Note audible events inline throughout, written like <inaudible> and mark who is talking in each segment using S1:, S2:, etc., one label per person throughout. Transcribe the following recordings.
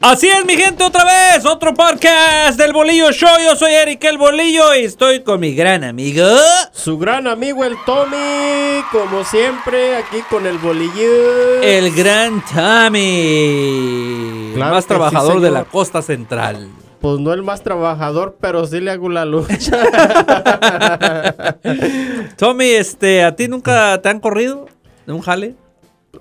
S1: Así es, mi gente, otra vez, otro podcast del Bolillo Show. Yo soy Eric el Bolillo y estoy con mi gran amigo.
S2: Su gran amigo el Tommy, como siempre, aquí con el bolillo.
S1: El gran Tommy.
S2: Claro
S1: más
S2: que
S1: trabajador
S2: sí,
S1: de
S2: señor.
S1: la costa central.
S2: Pues no el más trabajador, pero sí le hago
S1: <laughs>
S2: la lucha.
S1: Tommy, este, ¿a ti nunca te han corrido de un jale?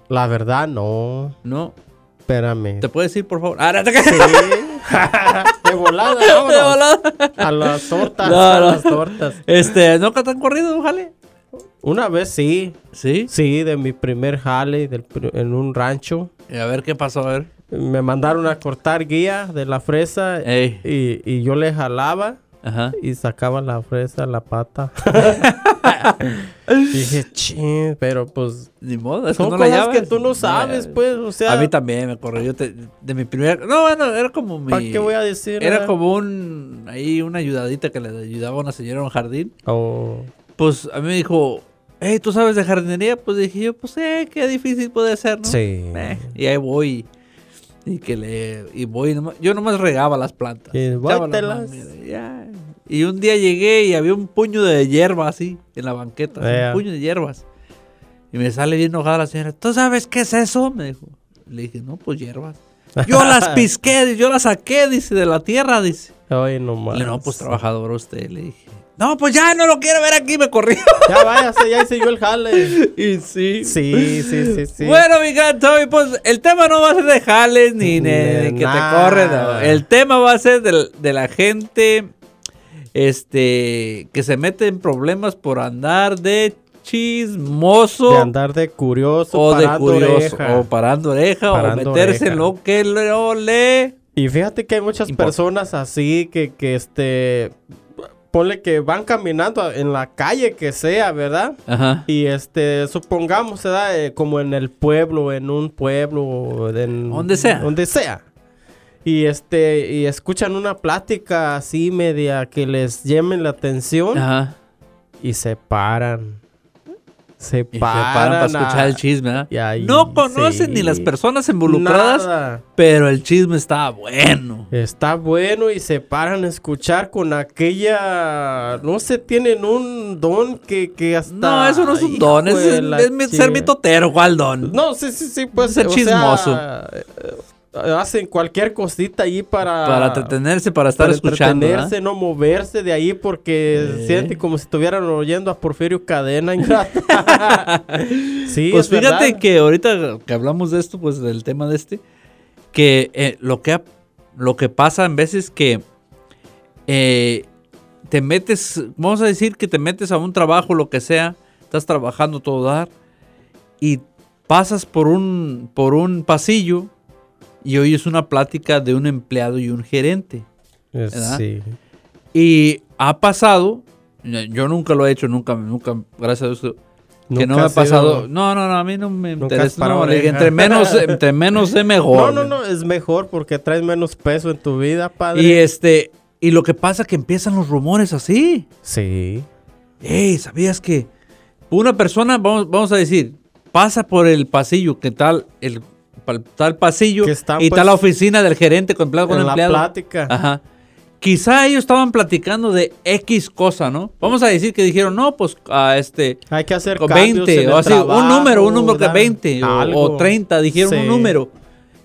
S2: la verdad, no.
S1: No.
S2: Espérame.
S1: ¿Te puedes ir, por favor? Ah, no, <laughs> te-
S2: Sí. <laughs> De volada, vámonos.
S1: de volada.
S2: A las tortas,
S1: No,
S2: a
S1: no.
S2: las tortas.
S1: Este, ¿nunca te han corrido de un jale?
S2: Una vez sí,
S1: Sí.
S2: sí, de mi primer jale del pri- en un rancho.
S1: Y A ver qué pasó, a ver.
S2: Me mandaron a cortar guía de la fresa
S1: Ey.
S2: y, y yo le jalaba.
S1: Ajá.
S2: y sacaba la fresa
S1: <laughs>
S2: la pata. Dije, ching, pero pues
S1: Ni modo, es que
S2: son
S1: no la
S2: cosas
S1: llaves.
S2: que tú no sabes,
S1: la-
S2: pues, o sea,
S1: a mí también me corrió. Yo te- de mi primer. No, bueno, era como mi.
S2: ¿para qué voy a decir? eh?
S1: Era
S2: verdad?
S1: como un. Ahí una ayudadita que le ayudaba a una señora en un jardín.
S2: Oh,
S1: Pues a mí me dijo, hey, ¿tú sabes de jardinería? Pues dije yo, pues, eh, qué difícil puede ser, ¿no?
S2: Sí.
S1: Eh, y ahí voy. Y que le. Y voy. nomás- yo nomás regaba las plantas.
S2: Y
S1: Echaba la
S2: bótelas.
S1: mano, y ya. Y un día llegué y había un puño de hierba así, en la banqueta. así,
S2: Ea.
S1: Un puño de hierbas. Y me sale bien enojada la señora. ¿Tú sabes qué es eso? Me dijo. Le dije, no, pues <laughs> hierbas. Yo las pisqué, yo las saqué, dice, de la tierra, dice.
S2: Ay, no más.
S1: Le dije, no,
S2: <laughs>
S1: pues trabajador usted, le dije. No, pues ya no lo quiero ver aquí, me corrió.
S2: Ya váyase, ya hice yo el jale.
S1: <laughs> y sí.
S2: Sí, sí, sí, sí.
S1: Bueno, mi gran Tommy, pues el tema no va a ser de jales ni de,
S2: De
S1: de que te
S2: nada.
S1: corren. no. El tema va a ser del- de, la gente este, que se mete en problemas por andar de chismoso
S2: De andar de curioso,
S1: o de
S2: parando
S1: curioso.
S2: oreja.
S1: O parando oreja
S2: Parando
S1: o meterse
S2: oreja.
S1: en lo que le ole.
S2: Y fíjate que hay muchas
S1: Importa.
S2: personas así que, que este, ponle que van caminando en la calle que sea, ¿verdad?
S1: Ajá.
S2: Y este, supongamos, se da eh, como en el pueblo, en un pueblo, o en,
S1: Donde sea.
S2: Donde sea. Y este, y escuchan una plática así media que les llame la atención
S1: Ajá.
S2: y se paran. Se
S1: Y se paran
S2: paran.
S1: para
S2: a-
S1: escuchar el chisme. ¿eh? ¿verdad?
S2: y ahí,
S1: no conocen ni
S2: sí.
S1: las personas involucradas,
S2: Nada.
S1: pero el chisme está bueno.
S2: Está bueno y se paran a escuchar con aquella. No sé, tienen un don que, que hasta.
S1: No, eso no es un
S2: Hijo
S1: don, es,
S2: de
S1: es
S2: la
S1: mi- ser
S2: chi-
S1: mitotero, ¿cuál don?
S2: No, sí, sí, sí, pues.
S1: Ser
S2: o sea,
S1: chismoso.
S2: eh, eh, hacen cualquier cosita ahí para.
S1: para entretenerse, para estar
S2: para
S1: escuchando. ¿verdad?
S2: entretenerse, no moverse de ahí porque
S1: Eh.
S2: sienten como si estuvieran oyendo a Porfirio
S1: <laughs>
S2: Cadena. ingrato. sí,
S1: Pues
S2: es
S1: fíjate
S2: verdad.
S1: que ahorita que hablamos de esto, pues del tema de este, que eh, lo que ha- lo que pasa en veces que eh, te metes, vamos a decir que te metes a un trabajo, lo que sea, estás trabajando a todo dar y pasas por un por un pasillo y oyes una plática de un empleado y un gerente.
S2: Eh,
S1: ¿verdad?
S2: Sí.
S1: Y ha pasado, yo nunca lo he hecho, nunca, nunca, gracias a Dios, que no
S2: Nunca
S1: me ha
S2: has sido-
S1: pasado. No, no, no, a mí no me
S2: Nunca has
S1: interesa.
S2: parado
S1: no, le dije,
S2: oreja.
S1: entre menos, entre menos sé
S2: No,
S1: mejor.
S2: no, no, es mejor porque traes menos peso en tu vida, padre.
S1: Y este, y lo que pasa es que empiezan los rumores así.
S2: Sí.
S1: Ey, ¿sabías que una persona, vamos, vamos a decir, pasa por el pasillo, que tal, el pal- tal pasillo,
S2: Que están,
S1: y
S2: pues,
S1: tal la oficina del gerente con, empleado, con
S2: en la
S1: empleado?
S2: plática.
S1: Ajá. Quizá ellos estaban platicando de X cosa, ¿no? Vamos a decir que dijeron, no, pues, a este,
S2: Hay que hacer
S1: con
S2: cambios
S1: 20,
S2: en el
S1: o así,
S2: trabajo,
S1: un número, un número que
S2: dar
S1: 20 o- o,
S2: algo.
S1: 30, dijeron un
S2: Sí.
S1: número.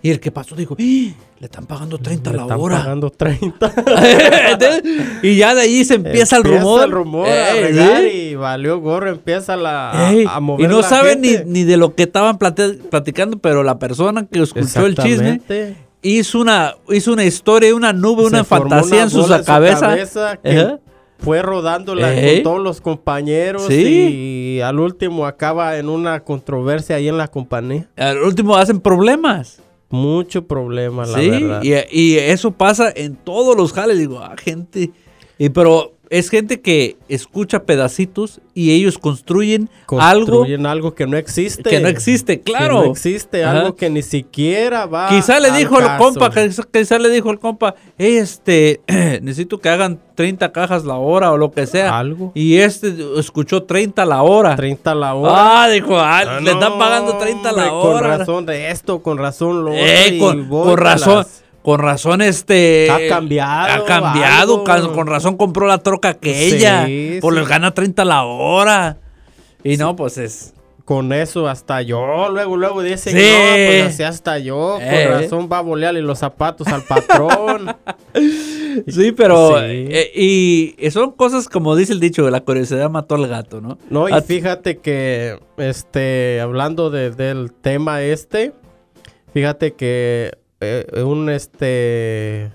S1: Y el que pasó dijo, "Ah, le están pagando 30
S2: Me
S1: la
S2: están
S1: hora.
S2: pagando 30.
S1: <laughs> Entonces, y ya de ahí se empieza, el rumor.
S2: el rumor a
S1: Ey,
S2: regar
S1: ¿sí?
S2: y valió gorro, empieza la, a-
S1: Ey,
S2: a mover
S1: y no
S2: la
S1: saben ni,
S2: gente.
S1: ni de lo que estaban plate- platicando, pero la persona que escuchó el chisme
S2: Exactamente.
S1: hizo una, hizo una historia, una nube, una
S2: Se formó
S1: fantasía en su
S2: bola
S1: cabeza.
S2: que
S1: Ajá.
S2: Fue rodándola
S1: Ey.
S2: con todos los compañeros
S1: Sí.
S2: y al último acaba en una controversia ahí en la compañía.
S1: Al último hacen problemas.
S2: Mucho problema, la
S1: sí,
S2: verdad.
S1: y, y eso pasa en todos los jales. Digo, ah, gente. Y, pero es gente que escucha pedacitos y ellos construyen, algo
S2: Construyen algo que no existe.
S1: que no existe, claro.
S2: Que no existe,
S1: Ajá.
S2: algo que ni siquiera va.
S1: Quizá le
S2: al
S1: dijo el
S2: caso.
S1: compa, quizá, quizá le dijo el compa, "Hey, este, <clears throat> necesito que hagan 30 cajas la hora o lo que sea.
S2: Algo.
S1: Y este escuchó 30 la hora.
S2: 30 la hora.
S1: Ah, dijo, ah,
S2: Ah,
S1: le están
S2: no,
S1: pagando 30 la
S2: hombre,
S1: hora.
S2: Con razón de esto, con razón lo
S1: Eh,
S2: otro y
S1: con,
S2: voy
S1: con
S2: pa'
S1: razón.
S2: las-
S1: Con razón, este.
S2: Ha cambiado
S1: Ha cambiado.
S2: algo.
S1: ca- Con razón compró la troca aquella.
S2: Sí,
S1: por
S2: sí.
S1: les gana 30 la hora. Y no, pues es.
S2: Con eso hasta yo, luego, luego dicen,
S1: Sí.
S2: no, pues así hasta yo,
S1: Eh.
S2: con razón va a bolearle los zapatos al
S1: <laughs>
S2: patrón.
S1: Sí, pero.
S2: Sí.
S1: eh, y son cosas como dice el dicho: la curiosidad mató al gato, ¿no?
S2: No, y
S1: Ah,
S2: fíjate que, este, hablando de- del tema este, fíjate que eh, un, este,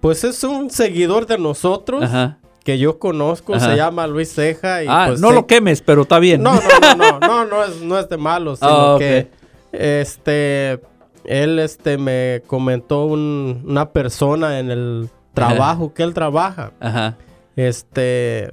S2: pues es un seguidor de nosotros
S1: Ajá.
S2: que yo conozco,
S1: Ajá.
S2: se llama Luis Ceja. Y
S1: Ah,
S2: pues
S1: no
S2: sé-
S1: lo quemes, pero está bien.
S2: No, no, no, no, no, no es, no es
S1: <laughs>
S2: de malo, sino
S1: Ah, ok.
S2: que, este, él, este, me comentó un- una persona en el trabajo que él trabaja.
S1: Ajá.
S2: Este.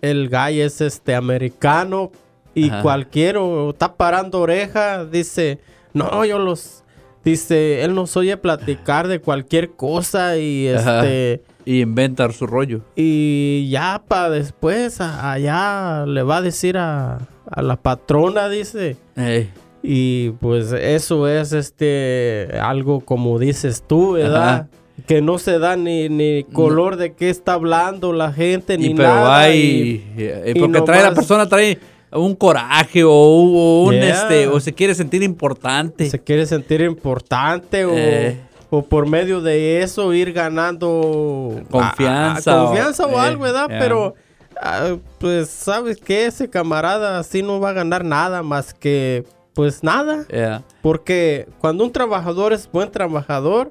S2: El guy es este americano. Y
S1: Ajá.
S2: cualquiera o está parando oreja. Dice. No, yo los. Dice, él nos oye platicar de cualquier cosa. Y
S1: Ajá.
S2: este.
S1: Y inventar su rollo.
S2: Y ya para después. a- allá le va a decir a, a la patrona, dice.
S1: Ey.
S2: Y pues eso es este algo como dices tú, ¿verdad?
S1: Ajá.
S2: Que no se da ni, ni color de qué está hablando la gente,
S1: Y
S2: ni
S1: pero
S2: nada.
S1: hay. eh,
S2: y
S1: porque trae la
S2: nomás-
S1: persona, trae un coraje o, o un
S2: Yeah.
S1: este. O se quiere sentir importante.
S2: y se quiere sentir importante o,
S1: Eh.
S2: o por medio de eso ir ganando
S1: Confianza
S2: a- a-
S1: o-
S2: confianza o,
S1: eh,
S2: algo, ¿verdad?
S1: ya.
S2: Pero ah, pues sabes que ese camarada así no va a ganar nada más que pues nada.
S1: Yeah.
S2: Porque cuando un trabajador es buen trabajador,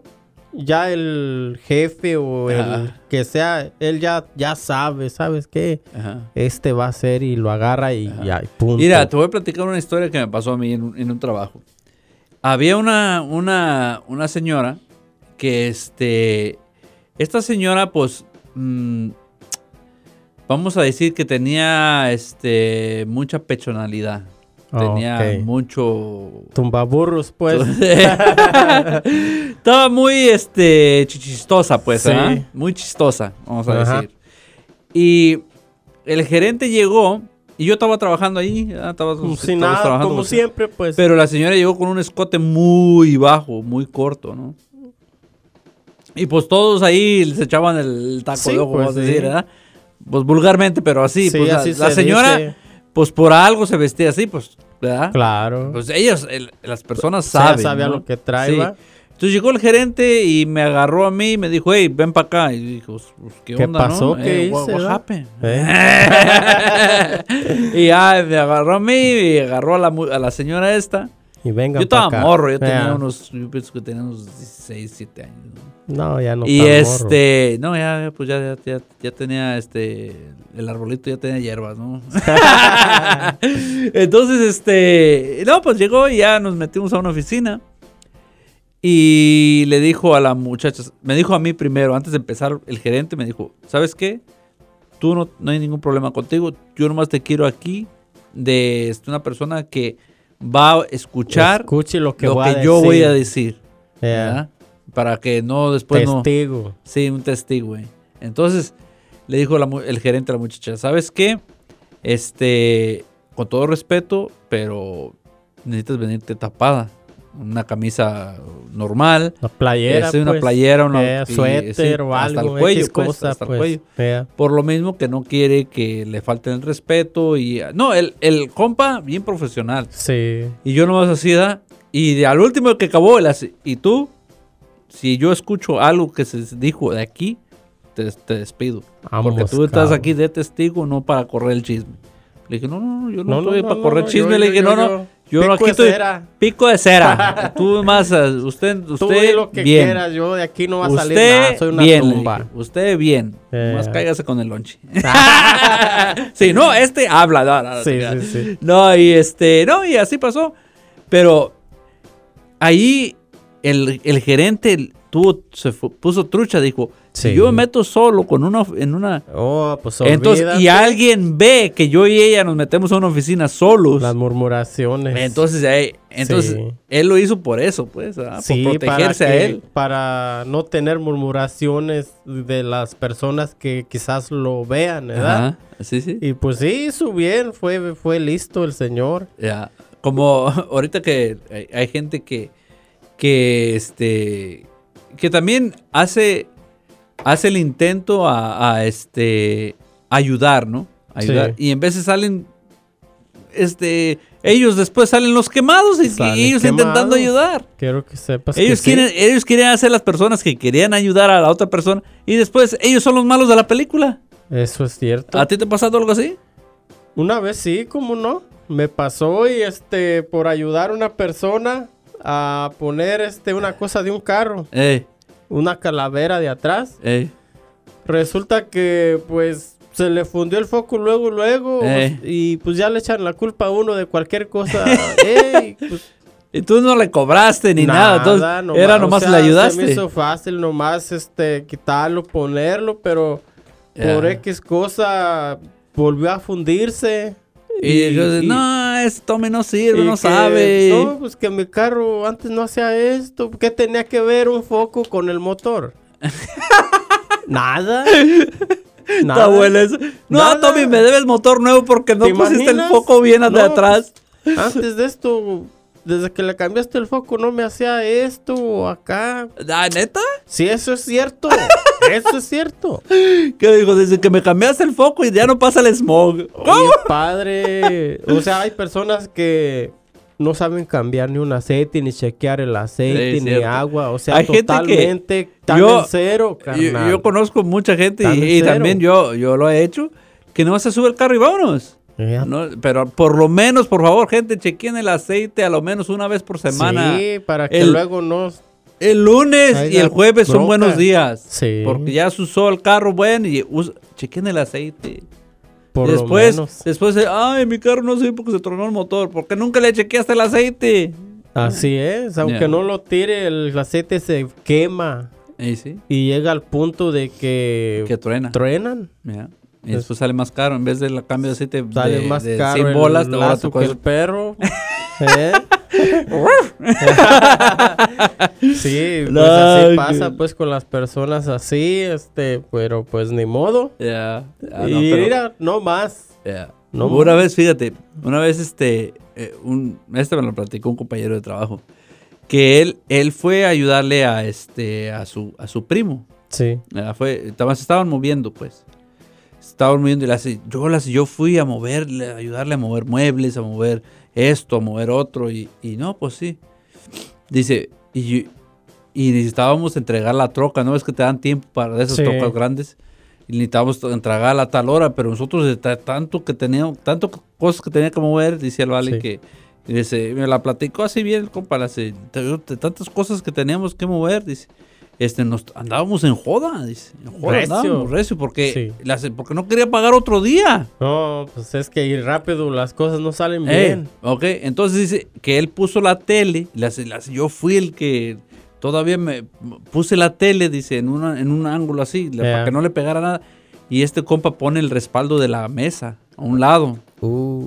S2: ya el jefe o el
S1: Ajá.
S2: que sea, él ya, ya sabe, ¿sabes qué?
S1: Ajá.
S2: Este va a ser y lo agarra y ya, y punto.
S1: Mira, te voy a platicar una historia que me pasó a mí en un, en un trabajo. Había una, una, una señora que, este, esta señora, pues, mm, vamos a decir que tenía, este, mucha pechonalidad. Tenía
S2: Oh, Ok.
S1: mucho...
S2: Tumbaburros, pues.
S1: <laughs> Estaba muy, este, chichistosa, pues,
S2: Sí.
S1: ¿verdad? Muy chistosa, vamos a
S2: Ajá.
S1: decir. Y el gerente llegó y yo estaba trabajando ahí, ¿verdad? estaba
S2: Como
S1: todos
S2: si nada,
S1: trabajando,
S2: como
S1: pues,
S2: siempre, pues.
S1: Pero la señora llegó con un escote muy bajo, muy corto, ¿no? Y pues todos ahí se echaban el taco
S2: Sí,
S1: de ojo,
S2: pues,
S1: vamos a
S2: sí.
S1: decir, ¿verdad? Pues vulgarmente, pero así.
S2: Sí,
S1: pues, la-
S2: así
S1: la,
S2: se
S1: señora,
S2: dice.
S1: pues por algo se vestía así, pues, ¿verdad?
S2: claro.
S1: Pues ellos, el- las personas
S2: O sea,
S1: saben.
S2: sabía
S1: ¿no?
S2: lo que trae,
S1: Sí.
S2: ¿va?
S1: Entonces llegó el gerente y me agarró a mí y me dijo, hey, ven para acá. Y dijo, "Pues, ¿qué,
S2: ¿Qué
S1: onda,
S2: pasó?
S1: no?
S2: ¿Qué
S1: Eh, what-
S2: hice,
S1: what
S2: da?
S1: happened?"
S2: ¿Eh?
S1: <laughs> y ya me agarró a mí y agarró a la, mu- a la señora esta.
S2: Y venga.
S1: Yo estaba morro, yo
S2: Eh,
S1: tenía unos, yo pienso que tenía unos 16, 17 años. ¿no?
S2: No, ya no.
S1: y
S2: tan morro.
S1: este, no, ya, ya, pues ya, ya, ya- ya tenía este, el arbolito ya tenía hierbas, ¿no? <laughs> Entonces, este, no, pues llegó y ya nos metimos a una oficina. Y le dijo a la muchacha, me dijo a mí primero, antes de empezar, el gerente me dijo, ¿sabes qué? Tú no, no hay ningún problema contigo, yo nomás te quiero aquí de este, una persona que va a escuchar
S2: Escuche lo que,
S1: lo
S2: voy
S1: que
S2: a
S1: yo
S2: decir.
S1: voy a decir.
S2: Eh,
S1: ¿verdad? Para que no después no.
S2: Testigo.
S1: Sí, un testigo, güey. Entonces, le dijo la mu- el gerente a la muchacha, ¿sabes qué? Este, con todo respeto, pero necesitas venirte tapada. Una camisa normal,
S2: Una playera.
S1: Sí, una
S2: pues.
S1: playera, una-
S2: Eh,
S1: sí,
S2: suéter
S1: sí,
S2: o
S1: hasta
S2: algo.
S1: el cuello,
S2: X
S1: pues,
S2: cosa,
S1: hasta el
S2: pues.
S1: cuello.
S2: Eh,
S1: por lo mismo que no quiere que le falten el respeto y... ah, No, el, el compa, bien profesional.
S2: sí.
S1: Y yo nomás así, da. Y de- al último que acabó, él así, y tú, si yo escucho algo que se dijo de aquí, te, te despido.
S2: Vamos,
S1: porque tú estás
S2: cabrón.
S1: aquí de testigo, no para correr el chisme. Le dije, no, no, no, yo no, estoy para correr
S2: no,
S1: chisme.
S2: yo-
S1: Le dije,
S2: yo-
S1: no, no,
S2: yo-
S1: yo,
S2: pico
S1: aquí
S2: de
S1: estoy
S2: cera.
S1: pico de
S2: <laughs>
S1: cera. tú más, eh, usted, usted,
S2: Tú di lo que
S1: bien.
S2: quieras, yo de aquí no va a salir
S1: Usted
S2: nada, soy una
S1: bien, le
S2: tumba.
S1: dije, usted bien.
S2: Eh.
S1: Más cáigase con el
S2: <laughs>
S1: lonche. <laughs> sí, no, este habla. No, no, no,
S2: Sí,
S1: te creas.
S2: sí, sí.
S1: No, y este, no, y así pasó. Pero ahí el, el gerente tuvo, se fu- puso trucha, dijo, si
S2: Sí.
S1: yo me meto solo con una, of- en una...
S2: Oh, pues
S1: Entonces,
S2: olvídate
S1: y alguien ve que yo y ella nos metemos a una oficina solos.
S2: las murmuraciones.
S1: Entonces, ahí- entonces
S2: Sí.
S1: él lo hizo por eso, pues, ¿verdad? por
S2: Sí,
S1: protegerse
S2: para
S1: a
S2: que-
S1: él.
S2: Para no tener murmuraciones de las personas que quizás lo vean, ¿verdad?
S1: Ajá, Sí, sí.
S2: Y pues sí, hizo bien, fue, fue listo el señor.
S1: Ya. <laughs> Como ahorita que hay, hay gente que, que este que también hace, hace el intento a, a, este, ayudar, ¿no? Ayudar. Y en veces salen, este, ellos después salen los quemados y,
S2: Salen
S1: y ellos
S2: quemados.
S1: intentando ayudar.
S2: Quiero que sepas
S1: ellos,
S2: que sí.
S1: quieren, ellos quieren hacer las personas que querían ayudar a la otra persona y después ellos son los malos de la película.
S2: Eso es cierto.
S1: ¿A ti te ha pasado algo así?
S2: Una vez sí, ¿cómo no? Me pasó y este, por ayudar a una persona a poner este, una cosa de un carro,
S1: Ey,
S2: una calavera de atrás.
S1: ey.
S2: Resulta que pues se le fundió el foco luego, luego.
S1: Eh.
S2: Y pues ya le echan la culpa a uno de
S1: <laughs>
S2: cualquier cosa. Ey, pues,
S1: Y tú no le cobraste <laughs> ni nada, entonces
S2: nomás,
S1: era
S2: o
S1: nomás
S2: sea,
S1: le
S2: Se me
S1: ayudaste.
S2: hizo fácil nomás este, quitarlo, ponerlo, pero
S1: Ya.
S2: por X cosa volvió a fundirse.
S1: Y, yo
S2: y-
S1: no, este Tommy no sirve,
S2: y
S1: no
S2: que,
S1: sabe.
S2: No, pues que mi carro antes no hacía esto. ¿Qué tenía que ver un foco con
S1: <laughs>
S2: el motor? Nada.
S1: Tu abuela es- No,
S2: Nada.
S1: Tommy, me debes motor nuevo porque no
S2: ¿Te
S1: pusiste
S2: imaginas?
S1: el foco bien de
S2: No, pues,
S1: atrás.
S2: Antes de esto, desde que le cambiaste el foco, no me hacía esto o acá.
S1: Ah, ¿neta?
S2: Sí, eso es
S1: <laughs>
S2: cierto. eso es cierto.
S1: ¿Qué digo? Desde que me cambiaste el foco y ya no pasa el smog.
S2: Oye, padre. O sea, hay personas que no saben cambiar ni un aceite, ni chequear el aceite,
S1: Sí,
S2: ni
S1: cierto.
S2: agua. O sea,
S1: Hay gente que-
S2: totalmente tan
S1: yo-
S2: en cero,
S1: Yo,
S2: carnal.
S1: yo conozco mucha gente
S2: Tan
S1: y, y
S2: cero.
S1: también yo, yo lo he hecho, que no se sube el carro y vámonos.
S2: Ya
S1: No, pero por lo menos, por favor, gente, chequen el aceite a lo menos una vez por semana.
S2: Sí, para que
S1: el-
S2: luego no.
S1: El lunes y
S2: Caiga
S1: el jueves son
S2: bronca.
S1: buenos días.
S2: Sí.
S1: Porque ya se usó el carro, bueno, y us- chequen el aceite.
S2: Por
S1: después,
S2: lo menos.
S1: después, eh, ay, mi carro no sirve porque se tronó el motor. Porque nunca le chequeaste el aceite.
S2: Así es. Aunque
S1: Ya.
S2: no lo tire, el aceite se quema.
S1: Y sí,
S2: Y llega al punto de que,
S1: que truena.
S2: truenan.
S1: Ya. Y después sale más caro. En vez del cambio de aceite
S2: Sale
S1: de,
S2: más
S1: de
S2: caro
S1: 100
S2: el
S1: bolas, te ahora te
S2: lazo que el
S1: cuesta-
S2: perro. ¿Eh? sí, pues
S1: No,
S2: así
S1: que-
S2: pasa pues con las personas así, este, pero pues ni modo.
S1: <laughs> Ya. Ah, no,
S2: y
S1: pero-
S2: mira, no más.
S1: Ya.
S2: No
S1: una vez, fíjate, una vez este, eh, un, este me lo platicó un compañero de trabajo, que él, él fue a ayudarle a este, a su, a su primo.
S2: Sí.
S1: Ya, Ah, Fue, estaban- se estaban moviendo, pues. Se estaban moviendo y le hace, yo, las, yo fui a moverle, a ayudarle a mover muebles, a mover esto, a mover otro, y, y no, pues sí. Dice, y, yo- y necesitábamos entregar la troca, ¿no? Es que te dan tiempo para de esas
S2: Sí.
S1: trocas grandes. Y necesitábamos to- entregarla a tal hora, pero nosotros de ta- tanto que teníamos, tanto c- cosas que tenía que mover, dice el Vale
S2: Sí.
S1: que y dice, me la platicó así bien, el compa, le hace, "Te- de tantas cosas que teníamos que mover, dice, este, nos andábamos en joda, dice, en joda
S2: Recio.
S1: andábamos recio, porque,
S2: Sí.
S1: le hace, porque no quería pagar otro día.
S2: No, pues es que ir rápido las cosas no salen
S1: Eh,
S2: bien.
S1: ok, entonces dice que él puso la tele. y las- las- yo fui el que todavía me puse la tele, dice, en, una, en un ángulo así, la- para
S2: Ya.
S1: que no le pegara nada. Y este compa pone el respaldo de la mesa a un lado. Uh.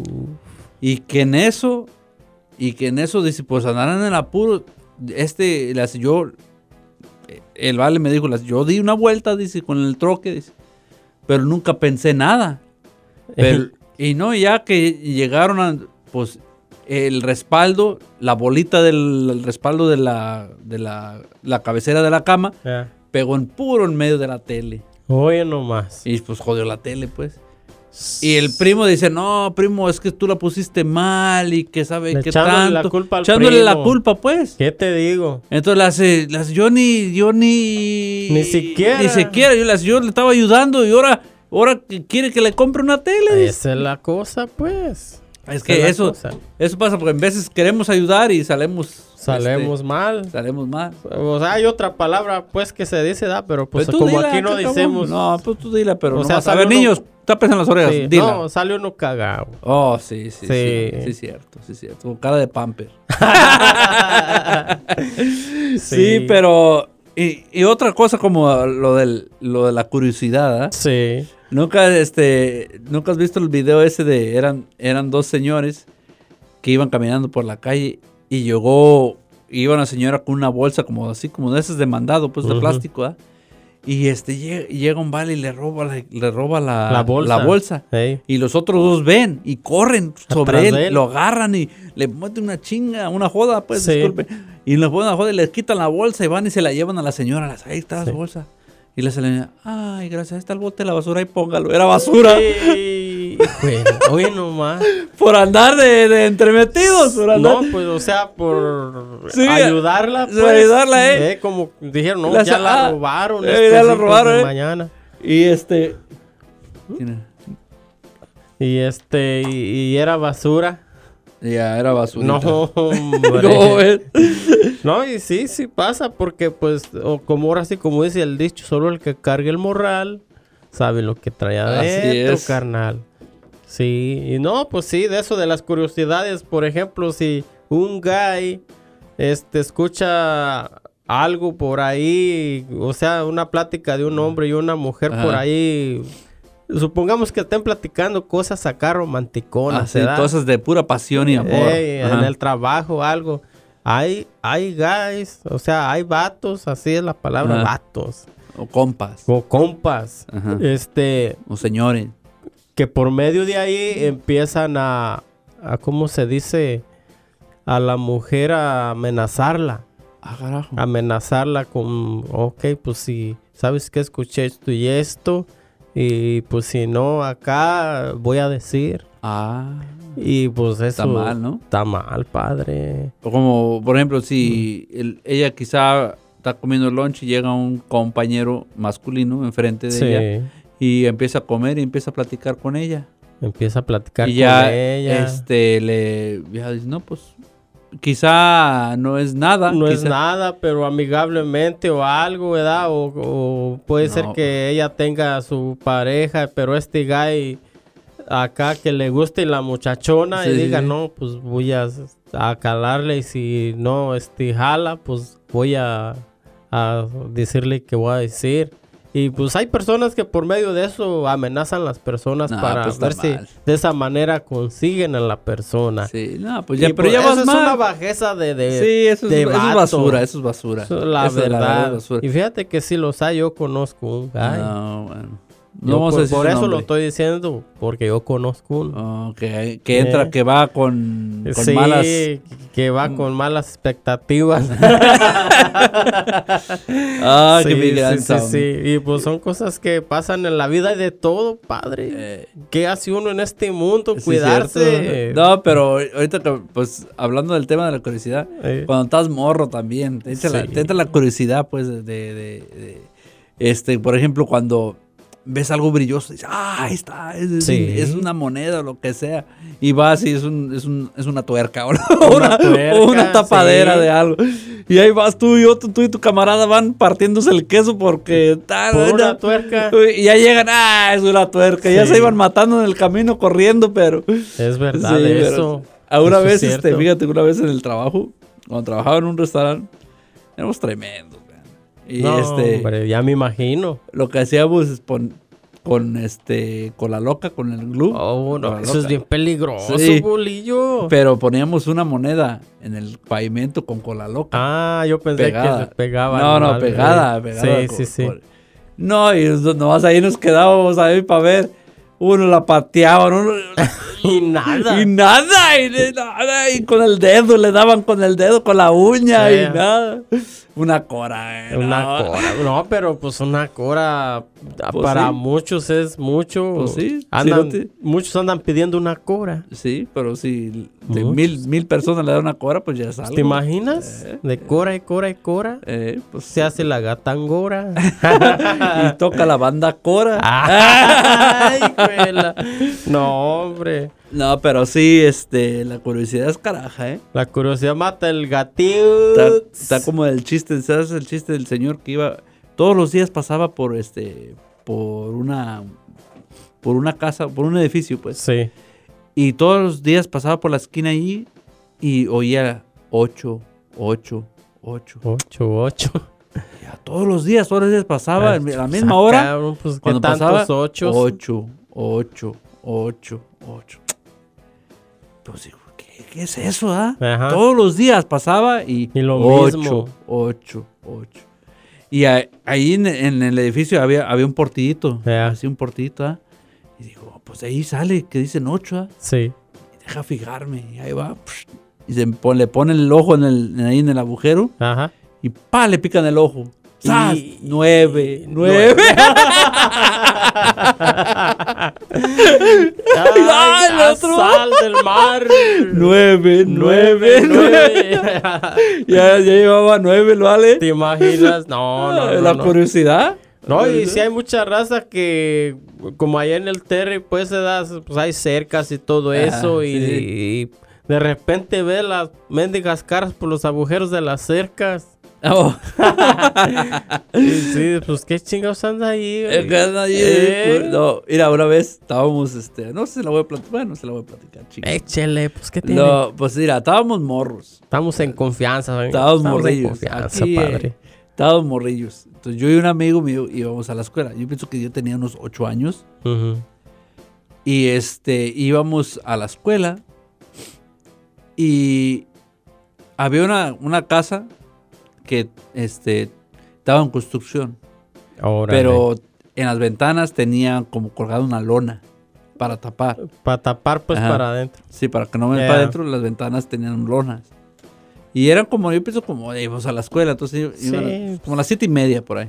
S1: Y que en eso, y que en eso, dice, pues andarán en el apuro. Este, las, yo, eh, el vale me dijo, las, yo di una vuelta, dice, con el troque, dice, pero nunca pensé nada. Pero- y no, ya que llegaron a, pues, el respaldo, la bolita del el respaldo de la, de la, la cabecera de la cama,
S2: <laughs> Ya.
S1: pegó en puro en medio de la tele.
S2: Oye, no más.
S1: Y pues jodió la tele, pues. Y el primo dice, no, primo, es que tú la pusiste mal y que sabe
S2: Le
S1: que
S2: echándole la
S1: tanto.
S2: culpa al
S1: echándole la
S2: primo.
S1: culpa, pues.
S2: ¿Qué te digo?
S1: Entonces las, eh, las yo ni, yo ni.
S2: Ni siquiera.
S1: Ni siquiera, yo las, yo le estaba ayudando y ahora, ahora que quiere que le compre una tele. dice.
S2: Esa es la cosa, pues.
S1: Es
S2: Esa
S1: que
S2: la
S1: eso,
S2: cosa.
S1: eso pasa porque en veces queremos ayudar y salemos.
S2: Salemos mal.
S1: este, salemos mal.
S2: O sea, hay otra palabra, pues, que se dice, da, pero pues
S1: Pues tú
S2: como
S1: dila,
S2: aquí no
S1: qué cabrón.
S2: decimos.
S1: No, pues tú dila, pero
S2: O
S1: no
S2: sea,
S1: vas a ver,
S2: sale uno-
S1: niños, tapen las orejas,
S2: Sí,
S1: dila.
S2: no, sale uno cagado.
S1: Oh, sí, sí, sí, sí,
S2: Sí.
S1: cierto, sí, cierto. Con cara de pamper. <laughs> sí. pero... Y, y otra cosa como lo, del, lo de la curiosidad, ¿ah?
S2: Sí.
S1: Nunca, este, nunca has visto el video ese de eran, eran dos señores que iban caminando por la calle y llegó, iba una señora con una bolsa como así, como de esas de mandado, pues de
S2: Ujú.
S1: plástico, ¿ah? Y este llega, llega un vale y le roba, la- le roba la,
S2: La bolsa.
S1: Ah, la bolsa.
S2: Ey.
S1: Y los otros dos ven y corren sobre
S2: Atrás
S1: él,
S2: de él.
S1: lo agarran y le meten una chinga, una joda, pues,
S2: Sí.
S1: disculpe. Y le ponen una joda y les quitan la bolsa y van y se la llevan a la señora. Las, ahí está
S2: Sí.
S1: su bolsa. Y la señora, ay, gracias, ahí está el bote de la basura y póngalo. Era basura
S2: Ey, güey, Oye, nomás.
S1: por andar de, de entremetidos, por andar.
S2: No, pues, o sea, por
S1: Sí,
S2: ayudarla.
S1: por
S2: Pues,
S1: ayudarla, ¿eh?
S2: Como dijeron, no,
S1: La sa-
S2: ya
S1: ah,
S2: la robaron.
S1: eh,
S2: estos
S1: ya la
S2: hijos de
S1: robaron, ¿eh?
S2: Mañana.
S1: Y este... Tiene-
S2: Y este, y, y era basura.
S1: Ya, era basura.
S2: No, <laughs> hombre.
S1: <laughs> No, eh. es-
S2: No, y sí, sí pasa, porque pues, o como ahora sí, como dice el dicho, solo el que cargue el morral sabe lo que trae
S1: Así
S2: adentro,
S1: es.
S2: carnal. Sí, y no, pues sí, de eso de las curiosidades, por ejemplo, si un guy este, escucha algo por ahí, o sea, una plática de un hombre y una mujer por
S1: Ajá.
S2: ahí, supongamos que estén platicando cosas acá
S1: Ah,
S2: romanticonas,
S1: sí,
S2: ¿verdad?
S1: cosas de pura pasión y amor.
S2: Ey, en
S1: Ajá.
S2: el trabajo, algo. Hay, hay guys, o sea, hay vatos, así es la palabra,
S1: Ajá.
S2: vatos.
S1: O compas.
S2: O compas.
S1: Ajá.
S2: Este,
S1: O señores.
S2: que por medio de ahí empiezan a, a ¿cómo se dice? A la mujer a amenazarla.
S1: Ah, carajo.
S2: Amenazarla con, ok, pues si sabes que escuché esto y esto, y pues si no, acá voy a decir.
S1: Ah.
S2: Y pues eso
S1: Está mal, ¿no?
S2: Está mal, padre.
S1: O como, por ejemplo, si el- ella quizá está comiendo lunch y llega un compañero masculino enfrente de ella
S2: Sí.
S1: y empieza a comer y empieza a platicar con ella.
S2: Empieza a platicar
S1: y ya,
S2: con ella.
S1: este, le ya dice, no, pues, quizá no es nada.
S2: no es
S1: quizá-
S2: nada, pero amigablemente o algo, ¿verdad? O, o puede ser
S1: No.
S2: que ella tenga a su pareja, pero este guy acá que le guste la muchachona
S1: Sí,
S2: y
S1: sí,
S2: diga,
S1: sí.
S2: no, pues voy a, a calarle y si no este, jala, pues voy a, a decirle que voy a decir. Y pues hay personas que por medio de eso amenazan las personas
S1: Nah,
S2: para
S1: pues, está
S2: ver si
S1: mal.
S2: de esa manera consiguen a la persona.
S1: Sí, no, pues ya,
S2: Y,
S1: pero
S2: pues,
S1: ya
S2: eso
S1: vas
S2: es
S1: mal.
S2: una bajeza de, de-
S1: Sí, eso es,
S2: de
S1: eso es
S2: vato.
S1: basura, eso es basura.
S2: Eso es la
S1: Eso es
S2: verdad.
S1: es basura.
S2: y fíjate que si los hay, yo conozco un guy.
S1: No, bueno. No
S2: Yo
S1: vamos
S2: por,
S1: a decir
S2: por
S1: su
S2: eso lo
S1: nombre.
S2: estoy diciendo, porque yo conozco uno.
S1: Oh, que, que entra,
S2: Eh.
S1: que va con, con
S2: Sí,
S1: malas. Mm.
S2: que va con malas expectativas.
S1: <laughs>
S2: <laughs>
S1: Ah,
S2: sí,
S1: qué
S2: sí,
S1: venganza,
S2: sí,
S1: hombre.
S2: sí. Y pues son cosas que pasan en la vida de todo, padre.
S1: Eh,
S2: ¿Qué hace uno en este mundo?
S1: sí,
S2: Cuidarse. eh,
S1: cierto. No, pero ahorita que, pues, hablando del tema de la curiosidad,
S2: Eh,
S1: cuando estás morro también, te entra, la,
S2: Sí.
S1: te entra la curiosidad, pues, de, de- de- este, por ejemplo, cuando ves algo brilloso, dices, ah, ahí está, es, es
S2: Sí.
S1: un- es una moneda o lo que sea, y vas y es, un, es, un- es una tuerca <laughs> o una,
S2: Una tuerca,
S1: o una tapadera
S2: sí.
S1: de algo, y ahí vas tú y otro, tú y tu camarada van partiéndose el queso porque tal,
S2: por
S1: una- <laughs>
S2: una tuerca.
S1: y ya llegan, ah, es una tuerca, ya
S2: Sí.
S1: se iban matando en el camino corriendo, pero...
S2: Es verdad
S1: Sí, pero
S2: eso.
S1: A una
S2: Eso es
S1: vez, este,
S2: cierto.
S1: fíjate, una vez en el trabajo, cuando trabajaba en un restaurante, éramos tremendos. man. Y
S2: No,
S1: este,
S2: hombre, ya me imagino.
S1: lo que hacíamos es pon- con este, con la loca, con el glue.
S2: Oh, no,
S1: con la
S2: eso es
S1: loca.
S2: bien peligroso,
S1: Sí.
S2: bolillo.
S1: Pero poníamos una moneda en el pavimento con cola loca.
S2: Ah, yo pensé que
S1: pegada.
S2: se pegaba.
S1: no, no,
S2: normal,
S1: pegada,
S2: güey.
S1: pegada.
S2: Sí,
S1: con-
S2: sí, sí.
S1: con- No, y nosotros nomás ahí nos quedábamos ahí para ver. Uno la pateaba, uno
S2: <laughs> Y nada.
S1: Y nada, y de nada, y con el dedo, le daban con el dedo, con la uña,
S2: Sí.
S1: y nada. Una cora, eh,
S2: Una
S1: no.
S2: cora. No, pero pues una cora
S1: Pues
S2: para
S1: sí.
S2: muchos es mucho.
S1: Pues sí, si
S2: Andan-
S1: no te-
S2: Muchos andan pidiendo una cora.
S1: Sí, pero si de
S2: Muchos.
S1: mil, mil personas le dan una cora, pues ya es algo.
S2: ¿Te imaginas? De cora y cora y cora.
S1: Eh, pues
S2: <laughs> Se hace la gatangora.
S1: <laughs> y toca la banda cora.
S2: Ay, güela. No, hombre.
S1: <laughs> No, pero sí, este, la curiosidad es caraja, ¿eh?
S2: La curiosidad mata el gatillo.
S1: Está, está como el chiste, ¿sabes? El chiste del señor que iba, todos los días pasaba por este, por una, por una casa, por un edificio, pues.
S2: Sí.
S1: Y todos los días pasaba por la esquina allí y oía 8, 8, 8.
S2: 8, 8.
S1: Ya todos los días, todos los días pasaba en la misma hora.
S2: Sacaron, pues, ¿qué
S1: Cuando
S2: tantos
S1: pasaba
S2: ochos?
S1: 8, 8, 8, 8. Entonces, Pues digo, ¿qué, qué es eso, ah?
S2: Ajá.
S1: Todos los días pasaba y,
S2: Y lo
S1: 8,
S2: mismo.
S1: 8, 8. Y a- ahí en, en el edificio había, había un portillito.
S2: Ya.
S1: Así un portillito, ¿ah? Y digo, pues ahí sale, que dicen ocho, ¿ah?
S2: Sí.
S1: Deja fijarme. Y ahí va. psh, Y se pon- le pone el ojo en el, en ahí en el agujero. <laughs>
S2: Ajá.
S1: Y pa, le pican el ojo. ¡Sas!
S2: Y-
S1: Nueve.
S2: y-
S1: Nueve.
S2: ¡Ay,
S1: el otro!
S2: ¡Sal del mar!
S1: Nueve, <laughs> nueve, nueve. Ya, ya llevaba nueve, ¿lo vale?
S2: <laughs> ¿Te imaginas? No, no, no.
S1: la
S2: no.
S1: curiosidad.
S2: No, y si hay mucha raza que, como allá en el Terry, pues, se da- pues hay cercas y todo
S1: Ah,
S2: eso, y,
S1: sí.
S2: y de repente ve las mendigas caras por los agujeros de las cercas.
S1: <laughs> Oh.
S2: Y sí, pues qué chingados anda ahí. güey?
S1: El que anda ahí,
S2: Eh,
S1: No, mira, una vez estábamos, este, no sé si la voy a platicar, bueno, se la voy a platicar, chicos.
S2: Échele, pues qué tiene.
S1: No, pues mira, estábamos morros,
S2: Estamos en confianza, güey.
S1: estábamos
S2: en
S1: morrillos.
S2: confianza,
S1: Aquí, eh,
S2: padre.
S1: estábamos morrillos. Entonces yo y un amigo mío íbamos a la escuela. Yo pienso que yo tenía unos ocho años
S2: Ujú.
S1: y este, íbamos a la escuela y había una, una casa que, este, estaba en construcción.
S2: Órale.
S1: Pero en las ventanas tenían como colgada una lona para tapar.
S2: Para tapar, pues,
S1: Ajá.
S2: para adentro.
S1: Sí, para que no me
S2: Ya.
S1: para adentro, las ventanas tenían lonas. Y eran como, yo pienso, como eh, íbamos a la escuela, entonces
S2: Sí. pues.
S1: iban a- como a las siete y media por ahí.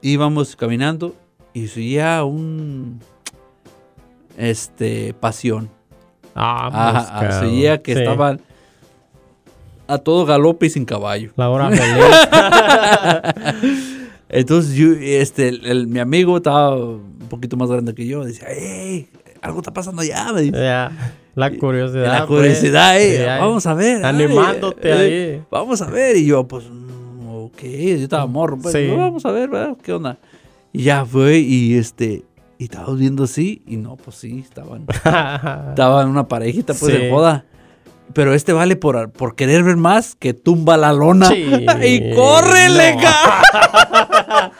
S1: Íbamos caminando y subía un. Este, pasión.
S2: Ah, pues,
S1: Ajá,
S2: cabrón.
S1: subía que
S2: Sí.
S1: estaban a todo galope y sin caballo.
S2: La
S1: <laughs>
S2: hora feliz.
S1: Entonces yo, este, el- el- mi amigo estaba un poquito más grande que yo, decía, ¡Ey! Algo está pasando allá, me dice.
S2: Ya, La curiosidad.
S1: la
S2: Eh, pues.
S1: curiosidad, eh,
S2: Sí, ahí.
S1: vamos a ver. ay,
S2: Animándote
S1: eh,
S2: ahí.
S1: Vamos a ver. Y yo, pues, mm, ok, yo estaba morro, pues,
S2: Sí.
S1: no, vamos a ver, ¿verdad? ¿Qué onda? Y ya fue, y este, y estábamos viendo así, y no, pues sí, estaban, estaban una parejita, pues,
S2: Sí.
S1: de joda. Pero este vale por, por querer ver más que tumba la lona.
S2: <laughs> Sí.
S1: <laughs> y córrele,
S2: No.
S1: cabrón.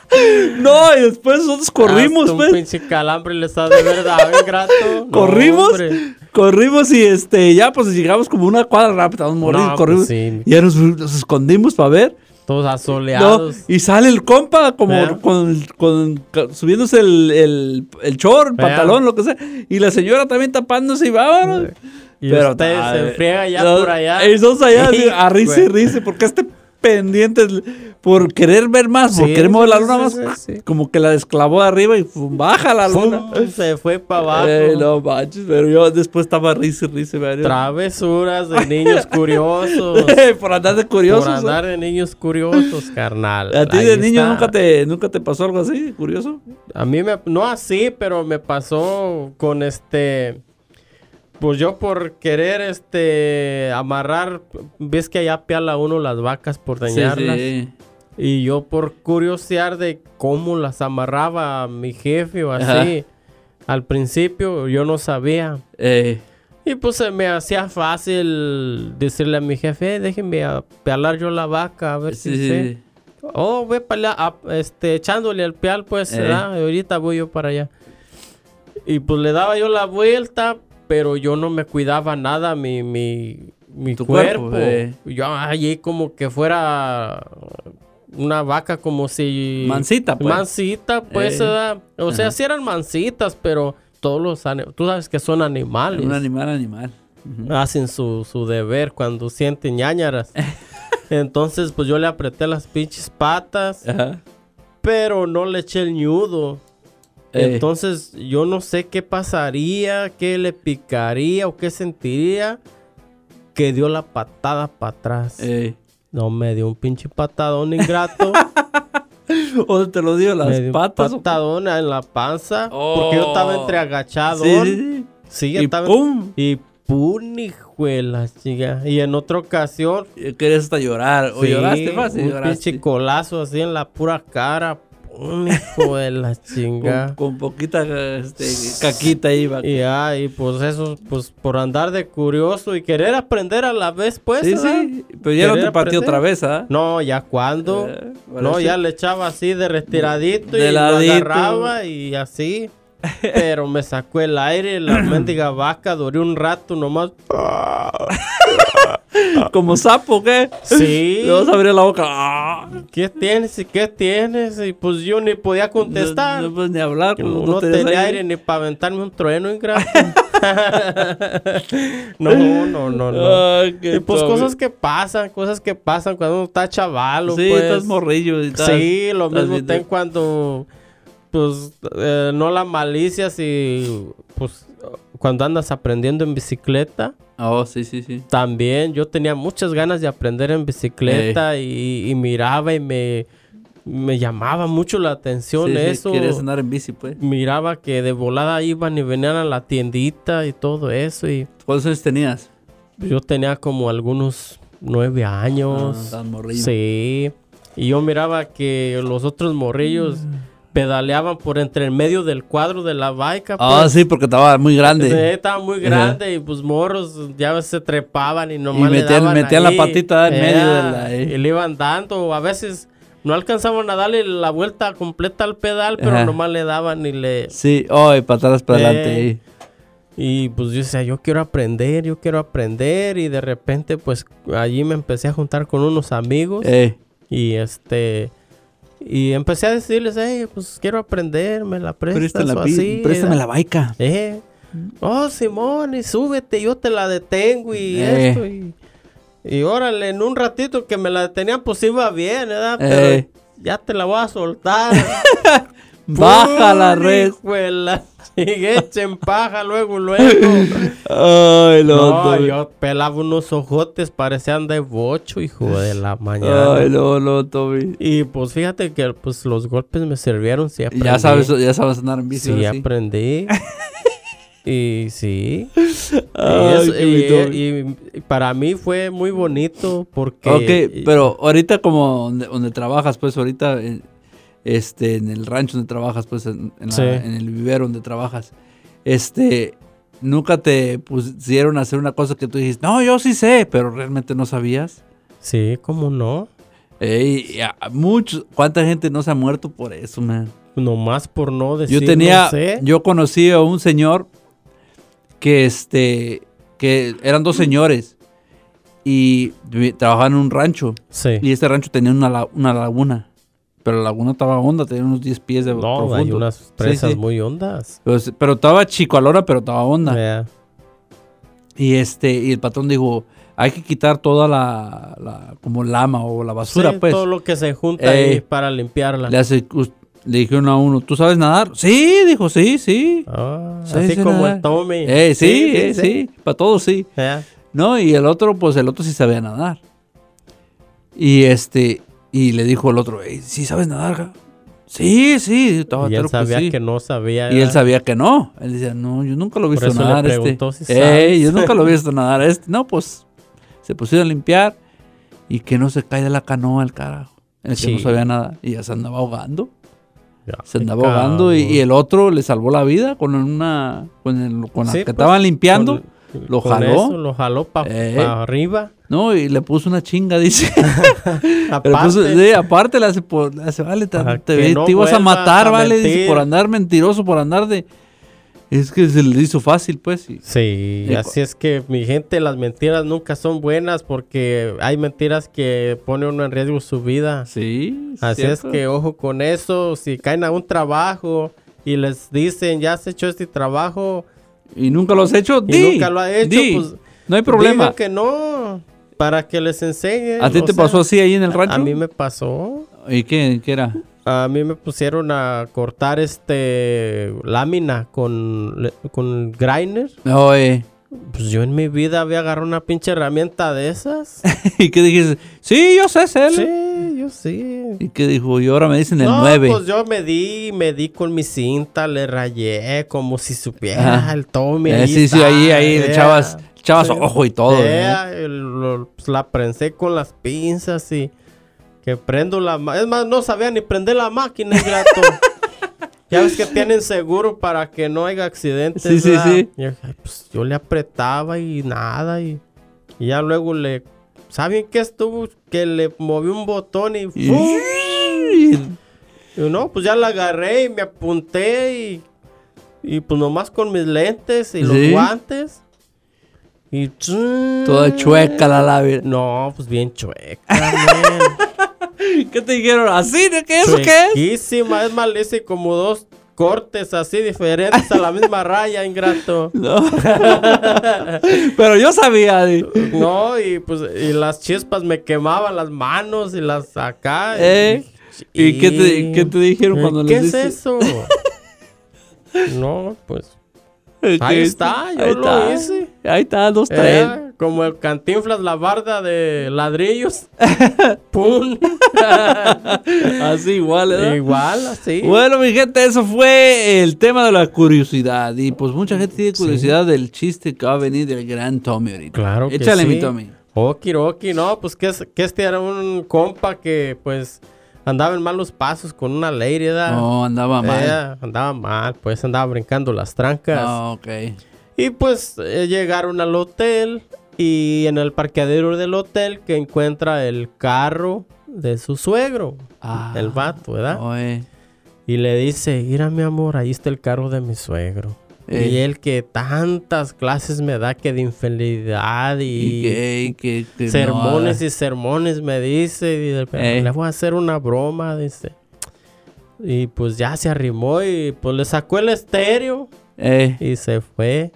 S1: no, y después nosotros corrimos,
S2: Hasta Un
S1: pues.
S2: pinche calambre le está de verdad,
S1: <laughs>
S2: bien grato. No,
S1: Corrimos,
S2: hombre.
S1: corrimos y este, ya pues llegamos como una cuadra rápida, nos morimos,
S2: No,
S1: corrimos.
S2: pues, sí.
S1: Y ya nos, nos escondimos para ver.
S2: Todos
S1: No,
S2: asoleados.
S1: y sale el compa como
S2: Vea.
S1: con, con- ca- subiéndose el, el, el short, el
S2: Vea.
S1: pantalón, lo que sea. Y la señora también tapándose y vámonos.
S2: Y usted
S1: ta-
S2: se friega ya
S1: no,
S2: por allá.
S1: Y nosotros allá así, a
S2: Güey.
S1: risa y risa, porque este pendiente es- por querer ver más, por
S2: Sí,
S1: querer mover la
S2: sí,
S1: luna
S2: sí,
S1: más,
S2: sí, sí.
S1: como que la desclavó de arriba y pum, baja la luna.
S2: Pum, Se fue para <laughs> abajo.
S1: Ey, Eh, no manches, pero yo después estaba risa y risa. me dio-
S2: Travesuras de niños curiosos.
S1: <laughs> por andar de
S2: Por
S1: curioso. ¿sabes?
S2: andar de niños curiosos, carnal.
S1: ¿eh? ¿A ti
S2: Ahí
S1: de niño
S2: está.
S1: nunca te, nunca te pasó algo así, curioso?
S2: A mí me, no así, pero me pasó con este, pues yo por querer este, amarrar, ves que allá piala uno las vacas por dañarlas.
S1: Sí,
S2: Y yo por curiosear de cómo las amarraba mi jefe o
S1: Ajá.
S2: así, al principio yo no sabía.
S1: sí. Eh,
S2: Y pues se me hacía fácil decirle a mi jefe, "Eh, déjenme a- pelar yo la vaca, a ver
S1: sí,
S2: si
S1: sí,
S2: sé".
S1: sí.
S2: Oh, voy para allá, ah, este, echándole al pial, pues,
S1: Eh.
S2: ¿verdad? ahorita voy yo para allá. Y pues le daba yo la vuelta, pero yo no me cuidaba nada mi, mi, mi
S1: Tu cuerpo,
S2: cuerpo.
S1: eh.
S2: Yo allí como que fuera una vaca, como si...
S1: Mansita, pues.
S2: Mansita, pues,
S1: Eh.
S2: ¿verdad? O sea,
S1: Ajá.
S2: sí eran mansitas, pero todos los... ani- Tú sabes que son animales
S1: Un animal, animal. Ujú.
S2: hacen su, su deber cuando
S1: <laughs>
S2: sienten ñañaras. Entonces, pues yo le apreté las pinches patas,
S1: Ajá.
S2: pero no le eché el ñudo.
S1: Eh.
S2: Entonces, yo no sé qué pasaría, qué le picaría o qué sentiría que dio la patada para atrás.
S1: Eh. <laughs>
S2: No me dio un pinche patadón ingrato.
S1: ¿O Oh, te lo dio <laughs> las
S2: me dio
S1: patas?
S2: un
S1: o-
S2: patadón en la panza.
S1: Oh.
S2: Porque yo estaba entre agachado.
S1: Sí, sí, sí.
S2: Sí,
S1: Y
S2: estaba.
S1: pum.
S2: Y pum, hijuela, chica. Y en otra ocasión,
S1: Eh, Querías hasta llorar. O
S2: Sí,
S1: lloraste fácil.
S2: Un
S1: lloraste.
S2: pinche colazo así en la pura cara. Un hijo
S1: <laughs>
S2: de la
S1: Con,
S2: chinga.
S1: con poquita este, caquita iba.
S2: Y ahí, pues eso, pues por andar de curioso y querer aprender a la vez, pues.
S1: sí,
S2: ¿verdad?
S1: sí. Pero ya no
S2: Querer
S1: te pateó
S2: aprender.
S1: otra vez, ¿ah?
S2: No, ya cuando.
S1: Eh, bueno,
S2: no,
S1: sí.
S2: ya le echaba así de retiradito
S1: De
S2: y
S1: ladito. <laughs>
S2: lo agarraba y así. Pero me sacó el aire,
S1: <clears throat>
S2: la mendiga vaca, duré un rato nomás.
S1: ¿ah? <laughs> Como sapo, ¿qué?
S2: Sí.
S1: <laughs> Le vas a abrir la boca. Ah.
S2: ¿Qué tienes? ¿Y qué tienes? Y pues yo ni podía contestar.
S1: No, no puedes ni hablar.
S2: Que
S1: pues,
S2: No,
S1: no tenés
S2: tenía aire ni para aventarme un
S1: <laughs>
S2: trueno ingrato. no, no, no, no.
S1: Ah, qué
S2: Y pues
S1: chavo.
S2: cosas que pasan, cosas que pasan cuando uno está chavalo,
S1: Sí,
S2: pues.
S1: estás morrillo y tal.
S2: sí, lo
S1: estás
S2: mismo
S1: viendo.
S2: ten cuando pues eh, no la malicia si pues cuando andas aprendiendo en bicicleta.
S1: Oh, sí, sí, sí.
S2: También yo tenía muchas ganas de aprender en bicicleta y, y miraba y me, me llamaba mucho la atención
S1: Sí, sí,
S2: eso
S1: Querías andar en bici, pues.
S2: miraba que de volada iban y venían a la tiendita y todo eso. Y
S1: ¿Cuántos años tenías?
S2: yo tenía como algunos nueve años.
S1: Ah, tan morrillo.
S2: Ah, sí. Y yo miraba que los otros morrillos pedaleaban por entre el medio del cuadro de la baica.
S1: Ah,
S2: pues.
S1: sí, porque estaba muy grande.
S2: Sí, estaba muy
S1: Ajá.
S2: grande y pues morros ya se trepaban y nomás
S1: Y
S2: le
S1: metían-
S2: daban
S1: metían la
S2: ahí.
S1: patita en medio de
S2: Ea,
S1: la- ahí.
S2: Y le iban dando, a veces no alcanzaban a darle la vuelta completa al pedal, pero
S1: Ajá.
S2: nomás le daban y le,
S1: Sí, oh, y para atrás, para
S2: Eh.
S1: adelante. ahí.
S2: Y pues yo decía, yo quiero aprender, yo quiero aprender. Y de repente, pues allí me empecé a juntar con unos amigos.
S1: Eh,
S2: Y este. Y empecé a decirles, hey, pues quiero aprender, me la prestas
S1: préstame la,
S2: o
S1: pi- Mm.
S2: así.
S1: préstame la baica.
S2: Eh, oh, Simón, y súbete, yo te la detengo y
S1: Eh.
S2: esto. Y, y órale, en un ratito que me la detenían, pues iba bien, ¿verdad? Pero
S1: Eh.
S2: ya te la voy a soltar.
S1: <laughs> Baja la red.
S2: Hijo de <laughs> la chingue, echen paja
S1: <laughs>
S2: luego, luego.
S1: Ay, lo
S2: No,
S1: otro.
S2: yo pelaba unos ojotes, parecían de bocho, hijo de la mañana.
S1: Ay, no, no, Tommy.
S2: Y pues fíjate que pues los golpes me sirvieron, sí aprendí.
S1: Ya sabes, ya sabes andar en bici.
S2: sí
S1: ahora sí. <laughs>
S2: aprendí. y sí.
S1: Ay,
S2: y, eso-
S1: qué
S2: y-
S1: bonito.
S2: y- y para mí fue muy bonito porque...
S1: ok, pero ahorita como donde, donde trabajas, pues ahorita en, este, en el rancho donde trabajas, pues en, en la-
S2: Sí.
S1: en el vivero donde trabajas, este, nunca te pusieron a hacer una cosa que tú dijiste, no, yo sí sé, pero realmente no sabías.
S2: Sí, ¿cómo no?
S1: Ey, y a- a muchos, ¿cuánta gente no se ha muerto por eso, man?
S2: Nomás por no decir
S1: Yo tenía,
S2: no sé.
S1: yo conocí a un señor que este, que eran dos señores y vi- trabajaban en un rancho.
S2: Sí.
S1: Y este rancho tenía una, la- una laguna. Pero la laguna estaba honda, tenía unos 10 pies de
S2: No,
S1: profundo.
S2: hay unas presas
S1: sí.
S2: muy hondas.
S1: Pero, se- pero estaba chico a la hora, pero estaba honda.
S2: Vea.
S1: Y este, y el patrón dijo, hay que quitar toda la, la- como lama o la basura,
S2: Sí,
S1: pues.
S2: Todo lo que se junta ahí
S1: Ey.
S2: para limpiarla.
S1: Le, hace, us- le dijeron a uno, ¿tú sabes nadar? Sí, dijo, sí, sí.
S2: Ah,
S1: Sí,
S2: así
S1: sí,
S2: como
S1: nada.
S2: el Tommy.
S1: Eh, sí, eh, sí, para todos sí.
S2: Ya.
S1: No, y el otro, pues el otro sí sabía nadar. Y este, y le dijo el otro, "Ey, ¿sí sabes nadar? ja?" Sí, sí. estaba
S2: Y él
S1: claro que
S2: sabía
S1: sí.
S2: que no sabía.
S1: Y él
S2: ¿verdad?
S1: sabía que no. Él decía, no, yo nunca lo he
S2: Por
S1: visto
S2: eso le
S1: nadar a este.
S2: preguntó si
S1: Ey, yo
S2: sabes.
S1: nunca lo
S2: <laughs>
S1: he visto nadar a este. No, pues se pusieron a limpiar y que no se cae de la canoa el carajo. El que no
S2: Sí.
S1: sabía nada. Y ya se andaba ahogando.
S2: Ya,
S1: Se andaba
S2: cabrón.
S1: ahogando y, y el otro le salvó la vida con una. con, el- con la
S2: Sí,
S1: que
S2: pues,
S1: estaban limpiando.
S2: Con-
S1: lo
S2: con
S1: jaló.
S2: eso, lo jaló para
S1: Eh.
S2: arriba.
S1: No, y le puso una chinga,
S2: <laughs>
S1: dice.
S2: Aparte,
S1: Le puso- pues, sí, aparte le hace, por- le hace, vale, te,
S2: Para
S1: te-
S2: que
S1: te
S2: no
S1: ibas a
S2: vuelvas
S1: matar,
S2: a
S1: vale, dice,
S2: mentir.
S1: por andar mentiroso, por andar de. Es que se le hizo fácil, pues. y-
S2: Sí,
S1: Y
S2: así es que mi gente, las mentiras nunca son buenas porque hay mentiras que pone uno en riesgo su vida.
S1: Sí.
S2: Así
S1: ¿cierto?
S2: es que ojo con eso, si caen a un trabajo y les dicen, ya has hecho este trabajo
S1: Y nunca lo has hecho.
S2: y
S1: Di,
S2: nunca lo ha hecho,
S1: di,
S2: pues
S1: no hay problema.
S2: digan que no, para que les enseñe.
S1: ¿A ti
S2: o
S1: te
S2: sea,
S1: pasó así ahí en el rancho?
S2: A mí me pasó.
S1: ¿Y qué, qué era?
S2: A mí me pusieron a cortar este lámina con, le- con grinder.
S1: No, eh,
S2: Pues yo en mi vida había agarrado una pinche herramienta de esas.
S1: <laughs> ¿Y qué dijiste? Sí, yo sé hacerlo.
S2: sí, yo sí.
S1: ¿Y qué dijo? Y ahora me dicen el
S2: no,
S1: 9.
S2: pues yo me di, me di con mi cinta, le rayé como si supiera
S1: Ajá.
S2: el Tommy.
S1: Eh,
S2: ahí
S1: sí, sí,
S2: está,
S1: ahí, ahí le
S2: yeah.
S1: echabas, echabas
S2: Sí.
S1: ojo y todo. ¿eh? ¿verdad?
S2: Yeah, el- lo- pues, la prensé con las pinzas y que prendo la ma- Es más, no sabía ni prender la máquina,
S1: <laughs>
S2: ingrato. ya ves que tienen seguro para que no haya accidentes.
S1: Sí, sí,
S2: ¿verdad?
S1: sí.
S2: Y yo, "Ay, pues, yo le apretaba y nada. Y, y ya luego le. ¿Saben qué estuvo? Que le moví un botón y.
S1: Y-
S2: ¡fum! Y no, pues ya la agarré y me apunté y Y pues nomás con mis lentes y
S1: Sí.
S2: los guantes. Y
S1: Toda chueca la labia.
S2: No, pues bien
S1: <laughs>
S2: chueca, man.
S1: ¿Qué te dijeron? ¿Así? ¿De ¿Qué eso <laughs> qué es?
S2: Chuequísima, es mal, hice como dos cortes así diferentes a
S1: <laughs>
S2: la misma raya, ingrato.
S1: No. Pero yo sabía. di.
S2: No, y pues y las chispas me quemaban las manos y las acá. y-
S1: ¿Eh? ¿Y qué te, qué te dijeron
S2: Eh,
S1: cuando
S2: ¿Qué
S1: les
S2: es
S1: diste? <laughs>
S2: eso? no, pues.
S1: Eh,
S2: Ahí
S1: que-
S2: está, yo lo hice.
S1: Ahí está, dos, tres.
S2: eh, como el cantinflas la barda de
S1: <laughs>
S2: ladrillos. ¡Pum!
S1: Así igual, ¿verdad?
S2: Igual, así.
S1: Bueno, mi gente, eso fue el tema de la curiosidad. Y pues mucha gente tiene curiosidad del chiste que va a venir del gran Tommy ahorita.
S2: Claro que
S1: Échale,
S2: sí.
S1: mi Tommy.
S2: Okiroki, no, pues que, es- que este era un compa que pues andaba en malos pasos con una lady, ¿verdad?
S1: No, andaba mal.
S2: Ah. Eh, andaba mal, pues andaba brincando las trancas.
S1: Ah, ok.
S2: Y pues eh, llegaron al hotel y en el parqueadero del hotel que encuentra el carro de su suegro,
S1: Ah.
S2: el vato, ¿verdad?
S1: Oye.
S2: Y le dice, mira mi amor, ahí está el carro de mi suegro.
S1: Ey.
S2: Y él que tantas clases me da que de infidelidad
S1: Y que,
S2: y,
S1: que, que no, ah.
S2: sermones y sermones me dice, y dice, "Pero
S1: Ey.
S2: le voy a hacer una broma, dice. Y pues ya se arrimó y pues le sacó el estéreo.
S1: eh,
S2: Y se fue.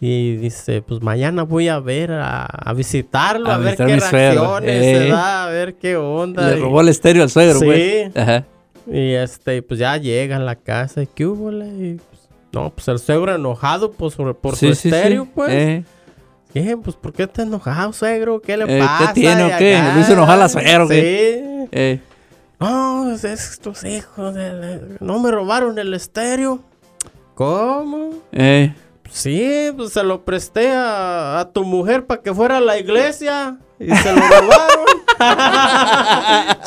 S2: Y dice, pues mañana voy a ver, a, a visitarlo,
S1: A
S2: a, ver
S1: visitar
S2: qué
S1: mi suegro,
S2: reacciones
S1: eh.
S2: se da, a ver qué onda.
S1: le
S2: y,
S1: robó el estéreo al suegro,
S2: Sí.
S1: güey. Ajá.
S2: y, este, pues ya llega a la casa y qué hubo, le? Y, pues, no, pues el suegro enojado por su, por su
S1: Sí, sí, sí.
S2: estéreo, pues.
S1: Eh,
S2: "Eh, pues ¿por qué está enojado, suegro? ¿Qué le
S1: Eh, ¿qué
S2: pasa?
S1: tiene
S2: Y
S1: o qué?
S2: acá,
S1: ¿Lo hizo enojar la suegra o
S2: Sí.
S1: eh.
S2: No, pues, es- estos hijos, de la- no me robaron el estéreo. ¿Cómo?
S1: Eh,
S2: Sí, pues se lo presté a, a tu mujer para que fuera a la iglesia y se lo
S1: <laughs>
S2: <laughs> robaron.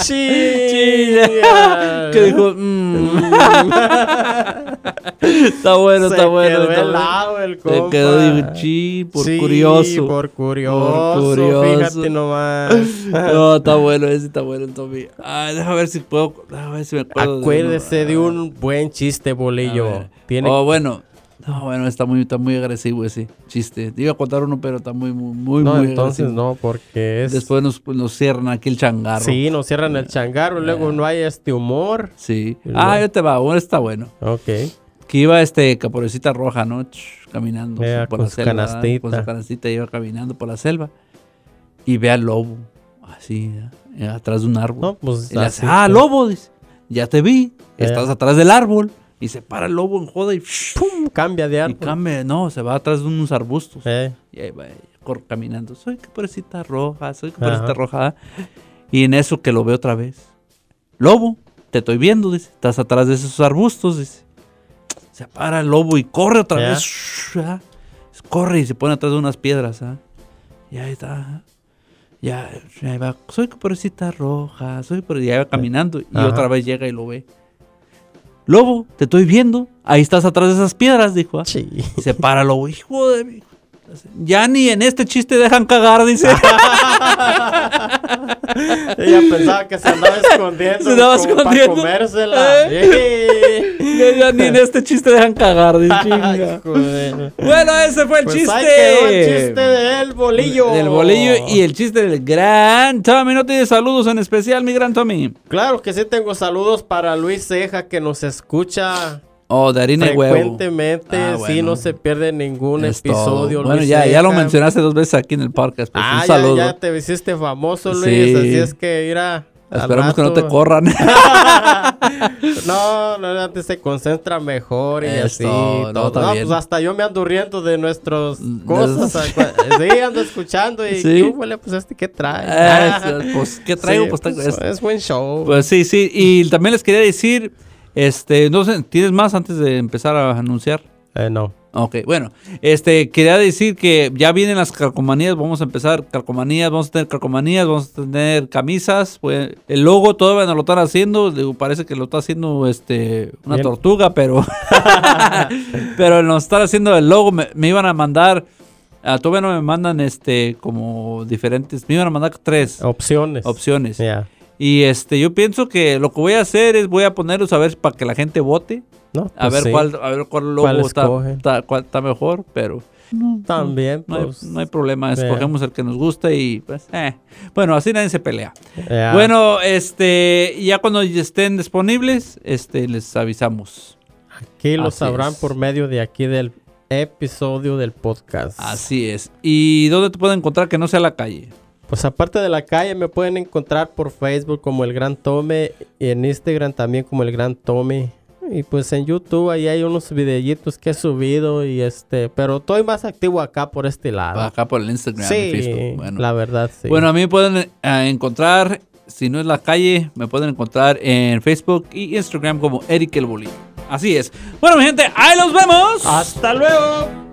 S2: Chilla.
S1: que dijo,
S2: <laughs>
S1: mm. está bueno,
S2: Se
S1: está bueno.
S2: quedó
S1: Está bueno.
S2: helado el
S1: Se
S2: compa.
S1: quedó, dijo, "Chi, por
S2: Sí,
S1: curioso.
S2: Por curioso.
S1: Por curioso.
S2: Fíjate nomás.
S1: <laughs> No, está bueno, ese está bueno, Tommy. Ah, déjame ver si puedo, déjame ver si me acuerdo. de
S2: Acuérdese
S1: uno.
S2: de un buen chiste,
S1: A
S2: bolillo.
S1: ver.
S2: Tiene
S1: Oh, bueno. No, bueno, está muy, está muy agresivo ese chiste. Te iba a contar uno, pero está muy, muy, muy,
S2: No,
S1: muy
S2: entonces
S1: agresivo.
S2: no, porque es.
S1: Después nos, nos cierran aquí el changarro.
S2: Sí, nos cierran el changarro, luego no hay este humor.
S1: Sí.
S2: Y
S1: Ah,
S2: luego-
S1: yo te va, bueno, está bueno.
S2: Ok.
S1: Que iba este caporecita roja, ¿no? Ch, caminando
S2: Ea,
S1: por
S2: con
S1: la
S2: su
S1: selva. ¿verdad? Con
S2: canastita.
S1: su canastita iba caminando por la selva. Y ve al lobo, así, ¿eh? atrás de un árbol.
S2: No, pues.
S1: Y le
S2: así
S1: hace, ah,
S2: que-
S1: lobo, dice, ya te vi.
S2: Ea.
S1: Estás atrás del árbol. Y se para el lobo en joda y,
S2: ¡Pum! Cambia de
S1: y
S2: árbol.
S1: cambia. No, se va atrás de unos arbustos.
S2: Eh,
S1: Y ahí va ella, cor- caminando. Soy caperucita roja, soy caperucita
S2: Ajá.
S1: roja. ¿ah? Y en eso que lo ve otra vez. Lobo, te estoy viendo, dice. Estás atrás de esos arbustos, dice. Se para el lobo y corre otra
S2: Ya.
S1: vez. shhh, ah. Corre y se pone atrás de unas piedras, ah. Y ahí está. ¿ah? Ya, ya ahí va. Soy caperucita roja, soy caperucita. Y ahí va caminando. Y
S2: Ajá.
S1: otra vez llega y lo ve. Lobo, te estoy viendo. Ahí estás atrás de esas piedras, dijo. ah.
S2: sí.
S1: Y se para lo hijo de mi. Ya ni en este chiste dejan cagar,
S2: <laughs>
S1: dice.
S2: <laughs> Ella pensaba que se andaba
S1: <laughs>
S2: escondiendo.
S1: Se andaba
S2: como
S1: escondiendo.
S2: Para
S1: <laughs>
S2: comérsela. Eh.
S1: ya ni en este chiste dejan cagar, dice.
S2: <laughs> Ay,
S1: chinga.
S2: joder.
S1: bueno, ese fue el
S2: Pues
S1: chiste.
S2: ahí quedó el chiste del bolillo.
S1: Del bolillo y el chiste del gran Tommy. No tiene saludos en especial, mi gran Tommy.
S2: Claro que sí tengo saludos para Luis Ceja que nos escucha
S1: Oh, de harina y huevo.
S2: frecuentemente.
S1: Ah,
S2: Sí,
S1: bueno.
S2: no se pierde ningún
S1: Es todo.
S2: episodio.
S1: Bueno,
S2: Luis
S1: ya, ya lo
S2: Ceja.
S1: mencionaste dos veces aquí en el podcast. pues,
S2: Ah,
S1: un
S2: ya-
S1: saludo.
S2: Ya, te hiciste famoso, Luis.
S1: Sí.
S2: Así es que ir a. al
S1: Esperamos que no te
S2: rato- <laughs>
S1: corran. <laughs>
S2: No, no, antes se concentra mejor y
S1: Es
S2: así.
S1: todo, no,
S2: todo.
S1: está
S2: No,
S1: bien.
S2: pues hasta yo me ando riendo de nuestras
S1: Mm,
S2: cosas.
S1: de- <laughs>
S2: sí, ando escuchando y
S1: Sí.
S2: ¿qué huele? Pues este, ¿qué trae? Ah.
S1: Eh, pues, ¿qué traigo?
S2: Sí,
S1: Pues, traigo
S2: pues,
S1: esto.
S2: es buen show.
S1: Pues sí, sí. Y también les quería decir, este, no sé, ¿tienes más antes de empezar a anunciar?
S2: Eh, no.
S1: Ok, bueno, este, quería decir que ya vienen las calcomanías, vamos a empezar calcomanías, vamos a tener calcomanías, vamos a tener camisas, pues, el logo todavía no lo están haciendo, digo, parece que lo está haciendo, este, una
S2: Bien.
S1: tortuga, pero, <laughs> pero nos están haciendo el logo, me, me iban a mandar, ah, todavía no me mandan, este, como diferentes, me iban a mandar tres
S2: Opciones.
S1: opciones.
S2: Ya.
S1: Y este, yo pienso que lo que voy a hacer es voy a ponerlos a ver para que la gente vote.
S2: No,
S1: A
S2: pues
S1: ver
S2: sí.
S1: cuál, a ver cuál logo
S2: ¿Cuál
S1: está,
S2: escogen?
S1: está- cuál está mejor, pero
S2: También,
S1: no, hay-
S2: pues,
S1: no hay, problema.
S2: vea.
S1: Escogemos el que nos gusta y pues, eh. Bueno, así nadie se pelea.
S2: ya.
S1: Bueno, este, ya cuando estén disponibles, este, les avisamos.
S2: Aquí lo
S1: Así
S2: sabrán
S1: es.
S2: por medio de aquí del episodio del podcast.
S1: Así es. ¿Y dónde te pueden encontrar que no sea la calle?
S2: Pues aparte de la calle me pueden encontrar por Facebook como El Gran Tome y en Instagram también como El Gran Tome. Y pues en YouTube ahí hay unos videitos que he subido y este, pero estoy más activo acá por este lado.
S1: Acá por el Instagram. y
S2: sí,
S1: Facebook. Bueno.
S2: la verdad sí.
S1: Bueno, a mí me pueden eh, encontrar, si no es la calle, me pueden encontrar en Facebook y Instagram como Eric el Bolí. Así es. Bueno, mi gente, ahí los vemos.
S2: Hasta luego.